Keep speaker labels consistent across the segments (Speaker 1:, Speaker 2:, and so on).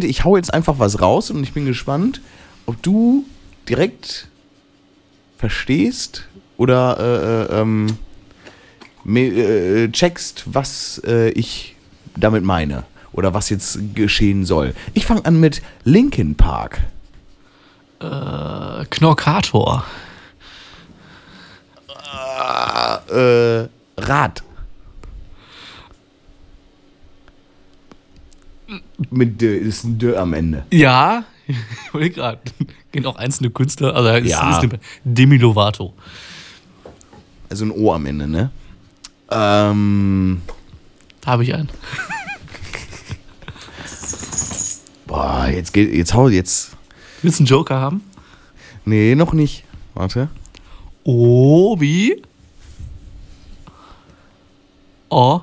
Speaker 1: ich hau jetzt einfach was raus und ich bin gespannt, ob du direkt verstehst oder äh, äh, ähm, me- äh, checkst, was äh, ich damit meine oder was jetzt geschehen soll. Ich fange an mit Linkin Park.
Speaker 2: Äh, Knorkator.
Speaker 1: Äh, Rad. Mit Dö, ist ein Dö am Ende.
Speaker 2: Ja, ich wollte gerade. Gehen auch einzelne Künstler. Also es
Speaker 1: Ja.
Speaker 2: ist eine- Demi Lovato.
Speaker 1: Also ein O am Ende, ne? Ähm,
Speaker 2: Da habe ich einen.
Speaker 1: boah, jetzt geht, jetzt hau, jetzt.
Speaker 2: Willst du einen Joker haben?
Speaker 1: Nee, noch nicht. Warte.
Speaker 2: Obi. Oh.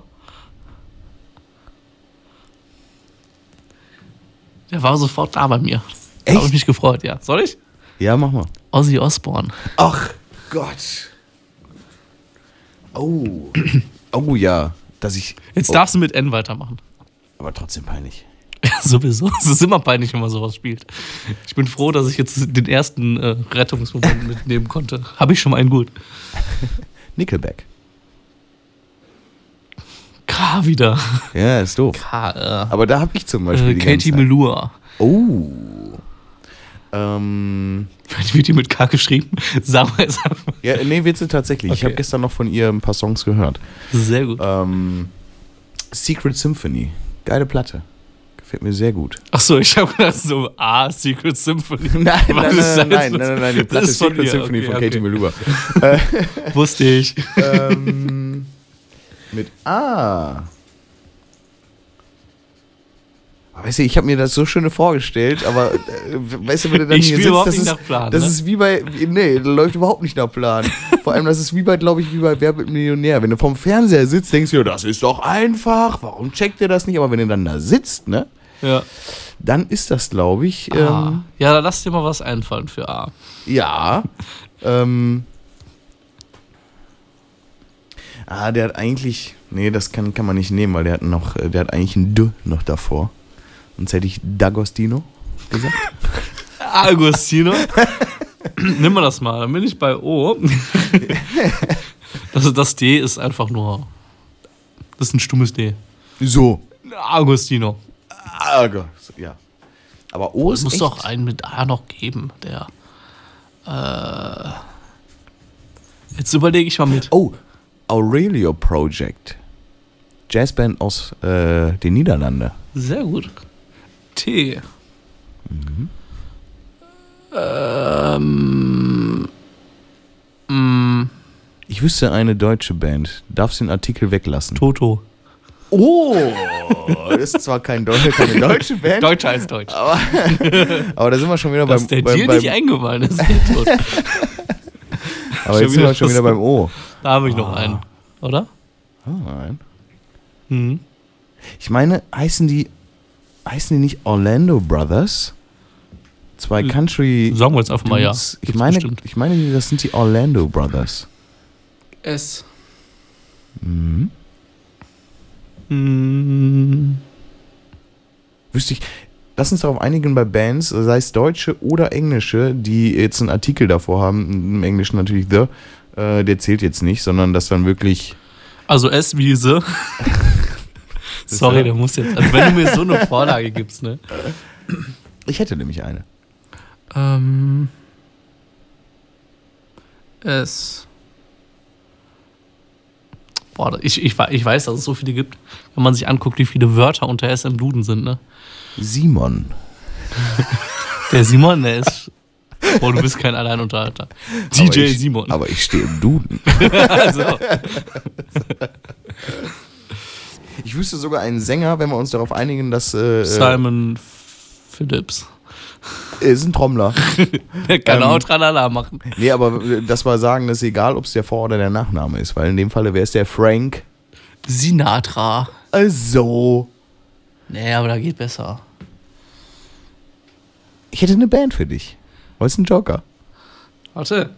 Speaker 2: Der war sofort da bei mir. Da habe
Speaker 1: Echt?
Speaker 2: ich mich gefreut, ja. Soll ich?
Speaker 1: Ja, mach mal.
Speaker 2: Ozzy Osbourne.
Speaker 1: Ach Gott. Oh. Oh ja, dass ich.
Speaker 2: Jetzt
Speaker 1: oh,
Speaker 2: darfst du mit N weitermachen.
Speaker 1: Aber trotzdem peinlich.
Speaker 2: Sowieso. Es ist immer peinlich, wenn man sowas spielt. Ich bin froh, dass ich jetzt den ersten äh, Rettungsmoment mitnehmen konnte. Habe ich schon mal einen gut.
Speaker 1: Nickelback.
Speaker 2: K wieder.
Speaker 1: Ja, ist doof.
Speaker 2: K.
Speaker 1: Aber da hab ich zum
Speaker 2: Äh,
Speaker 1: Beispiel.
Speaker 2: äh,
Speaker 1: die
Speaker 2: Katie
Speaker 1: ganze Zeit-
Speaker 2: Melua.
Speaker 1: Oh. Ähm.
Speaker 2: Wird die mit K geschrieben? Sag mal jetzt einfach.
Speaker 1: Ja, nee, Witze tatsächlich. Ich
Speaker 2: Okay.
Speaker 1: habe gestern noch von ihr ein paar Songs gehört.
Speaker 2: Sehr gut.
Speaker 1: Ähm, Secret Symphony. Geile Platte. Gefällt mir sehr gut.
Speaker 2: Ach so, ich habe gedacht, so A, Secret Symphony.
Speaker 1: Nein,
Speaker 2: Was
Speaker 1: nein, nein,
Speaker 2: ist das?
Speaker 1: nein, nein, nein, nein, die
Speaker 2: Das
Speaker 1: Platte
Speaker 2: ist von
Speaker 1: Secret
Speaker 2: ihr,
Speaker 1: Symphony
Speaker 2: okay,
Speaker 1: von
Speaker 2: okay.
Speaker 1: Katie Melua.
Speaker 2: Wusste ich.
Speaker 1: ähm, mit A. Aber Ah, Weißt du, ich habe mir das so schöne vorgestellt, aber äh, weißt du, wenn du dann
Speaker 2: Ich
Speaker 1: hier
Speaker 2: spiel
Speaker 1: sitzt,
Speaker 2: überhaupt
Speaker 1: das,
Speaker 2: nicht
Speaker 1: ist,
Speaker 2: nach Plan,
Speaker 1: das
Speaker 2: ne?
Speaker 1: ist wie bei, nee, das läuft überhaupt nicht nach Plan. Vor allem, das ist wie bei, glaube ich, wie bei Wer wird Millionär. Wenn du vorm Fernseher sitzt, denkst du, ja, das ist doch einfach, warum checkt ihr das nicht? Aber wenn du dann da sitzt, ne,
Speaker 2: Ja.
Speaker 1: dann ist das, glaube ich, ähm,
Speaker 2: A. ja, dann lass dir mal was einfallen für A.
Speaker 1: ja. ähm, ah, der hat eigentlich. Nee, das kann, kann man nicht nehmen, weil der hat noch, äh, der hat eigentlich ein D noch davor. Sonst hätte ich D'Agostino gesagt.
Speaker 2: Agostino. Nimm mal das mal, dann bin ich bei O. das, das D ist einfach nur. Das ist ein stummes D.
Speaker 1: so.
Speaker 2: Agostino.
Speaker 1: Ah, Gott, ja. Aber O ist.
Speaker 2: Es muss
Speaker 1: echt,
Speaker 2: doch einen mit A noch geben, der. Äh, jetzt überlege ich mal mit.
Speaker 1: Oh, Aurelio Project. Jazzband aus äh, den Niederlanden.
Speaker 2: Sehr gut. T. Ähm,
Speaker 1: Ich wüsste eine deutsche Band. Darfst den Artikel weglassen.
Speaker 2: Toto.
Speaker 1: Oh, das ist zwar kein Deu- keine deutsche Band,
Speaker 2: Deutscher als Deutsch.
Speaker 1: aber da sind wir schon wieder
Speaker 2: Dass
Speaker 1: beim,
Speaker 2: der
Speaker 1: beim,
Speaker 2: dir
Speaker 1: beim,
Speaker 2: nicht eingefallen ist. der Tod.
Speaker 1: Aber
Speaker 2: Schon
Speaker 1: jetzt sind wir
Speaker 2: wieder
Speaker 1: schon wieder
Speaker 2: das-
Speaker 1: beim O.
Speaker 2: da habe ich noch einen. Oder?
Speaker 1: Oh nein.
Speaker 2: Hm.
Speaker 1: Ich meine, heißen die, heißen die nicht Orlando Brothers? Zwei Country.
Speaker 2: Sagen wir jetzt einfach mal ja.
Speaker 1: Dudes. Ich
Speaker 2: Gibt's
Speaker 1: meine,
Speaker 2: bestimmt.
Speaker 1: ich meine, das sind die Orlando Brothers.
Speaker 2: S. Mhm.
Speaker 1: Wüsste ich. Lass uns darauf einigen bei Bands, sei es deutsche oder englische, die jetzt einen Artikel davor haben, im Englischen natürlich The, äh, der zählt jetzt nicht, sondern dass dann wirklich.
Speaker 2: Also S wie diese. Sorry,
Speaker 1: ja-
Speaker 2: der muss jetzt. Also wenn du mir so eine Vorlage gibst, ne?
Speaker 1: Ich hätte nämlich eine.
Speaker 2: Ähm. Es. Boah, ich, ich, wei- ich weiß, dass es so viele gibt. Wenn man sich anguckt, wie viele Wörter unter S im Duden sind, ne?
Speaker 1: Simon.
Speaker 2: Der Simon, der ist. Boah, du bist kein Alleinunterhalter. DJ
Speaker 1: aber ich,
Speaker 2: Simon.
Speaker 1: Aber ich stehe im Duden.
Speaker 2: also,
Speaker 1: Ich wüsste sogar einen Sänger, wenn wir uns darauf einigen, dass. Äh, äh,
Speaker 2: Simon Phillips.
Speaker 1: ist ein Trommler.
Speaker 2: Der kann
Speaker 1: Ähm.
Speaker 2: auch Tralala machen.
Speaker 1: Nee, aber äh, dass wir sagen, dass egal, ob es der Vor- oder der Nachname ist, weil in dem Falle wäre es der Frank.
Speaker 2: Sinatra.
Speaker 1: Also.
Speaker 2: Nee, aber da geht besser.
Speaker 1: Ich hätte eine Band für dich. Was ist ein Joker?
Speaker 2: Warte.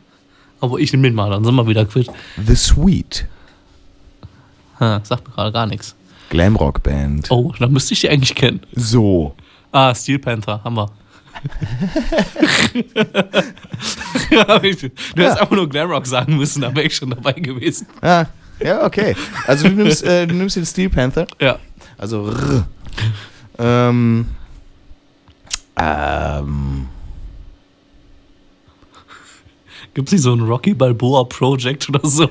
Speaker 2: Aber ich nehme den mal, dann sind wir wieder quitt.
Speaker 1: The Sweet.
Speaker 2: Ha, sagt mir gerade gar nichts.
Speaker 1: Glamrock Band.
Speaker 2: Oh, dann müsste ich die eigentlich kennen.
Speaker 1: So.
Speaker 2: Ah, Steel Panther, Hammer. Hab ich- du hättest einfach nur Glamrock sagen müssen, da wäre ich schon dabei gewesen.
Speaker 1: Ah, ja, okay. Also du nimmst, äh, du nimmst den Steel Panther.
Speaker 2: Ja.
Speaker 1: Also rrr. Ähm. Ähm.
Speaker 2: Gibt es nicht so ein Rocky Balboa Project oder so?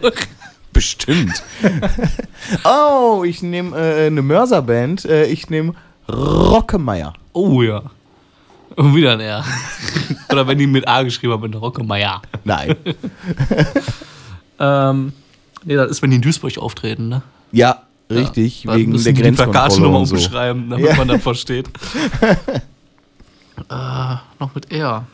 Speaker 1: Bestimmt. oh, ich nehme äh, eine Mörserband. Äh, ich nehme Rockemeier.
Speaker 2: Oh ja. Und wieder ein R. oder wenn die mit A geschrieben haben, mit Rockemeier.
Speaker 1: Nein.
Speaker 2: Ähm, nee, das ist, wenn die in Duisburg auftreten, ne?
Speaker 1: Ja, richtig.
Speaker 2: Dann
Speaker 1: wegen
Speaker 2: müssen
Speaker 1: der
Speaker 2: die Die Plakate
Speaker 1: Grenzkontrolle
Speaker 2: nochmal
Speaker 1: und so.
Speaker 2: umschreiben, damit
Speaker 1: Ja.
Speaker 2: man das versteht. äh, noch mit R.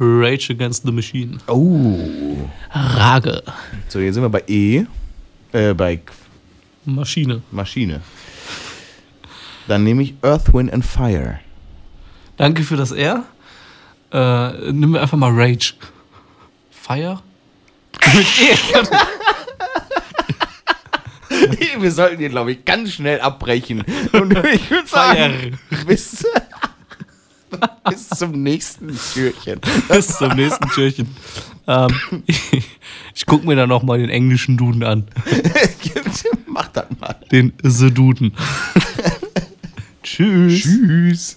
Speaker 2: Rage Against the Machine.
Speaker 1: Oh.
Speaker 2: Rage.
Speaker 1: So, jetzt sind wir bei E. Äh, bei Qu-
Speaker 2: Maschine.
Speaker 1: Maschine. Dann nehme ich Earth, Wind and Fire.
Speaker 2: Danke für das R. Äh, nimm mir einfach mal Rage. Fire?
Speaker 1: Wir sollten hier, glaube ich, ganz schnell abbrechen. Und ich würde sagen, bis, bis zum nächsten Türchen.
Speaker 2: Bis zum nächsten Türchen. Ähm, ich guck mir dann nochmal den englischen Duden an.
Speaker 1: Mach das mal.
Speaker 2: Den The Duden. Tschüss.
Speaker 1: Tschüss.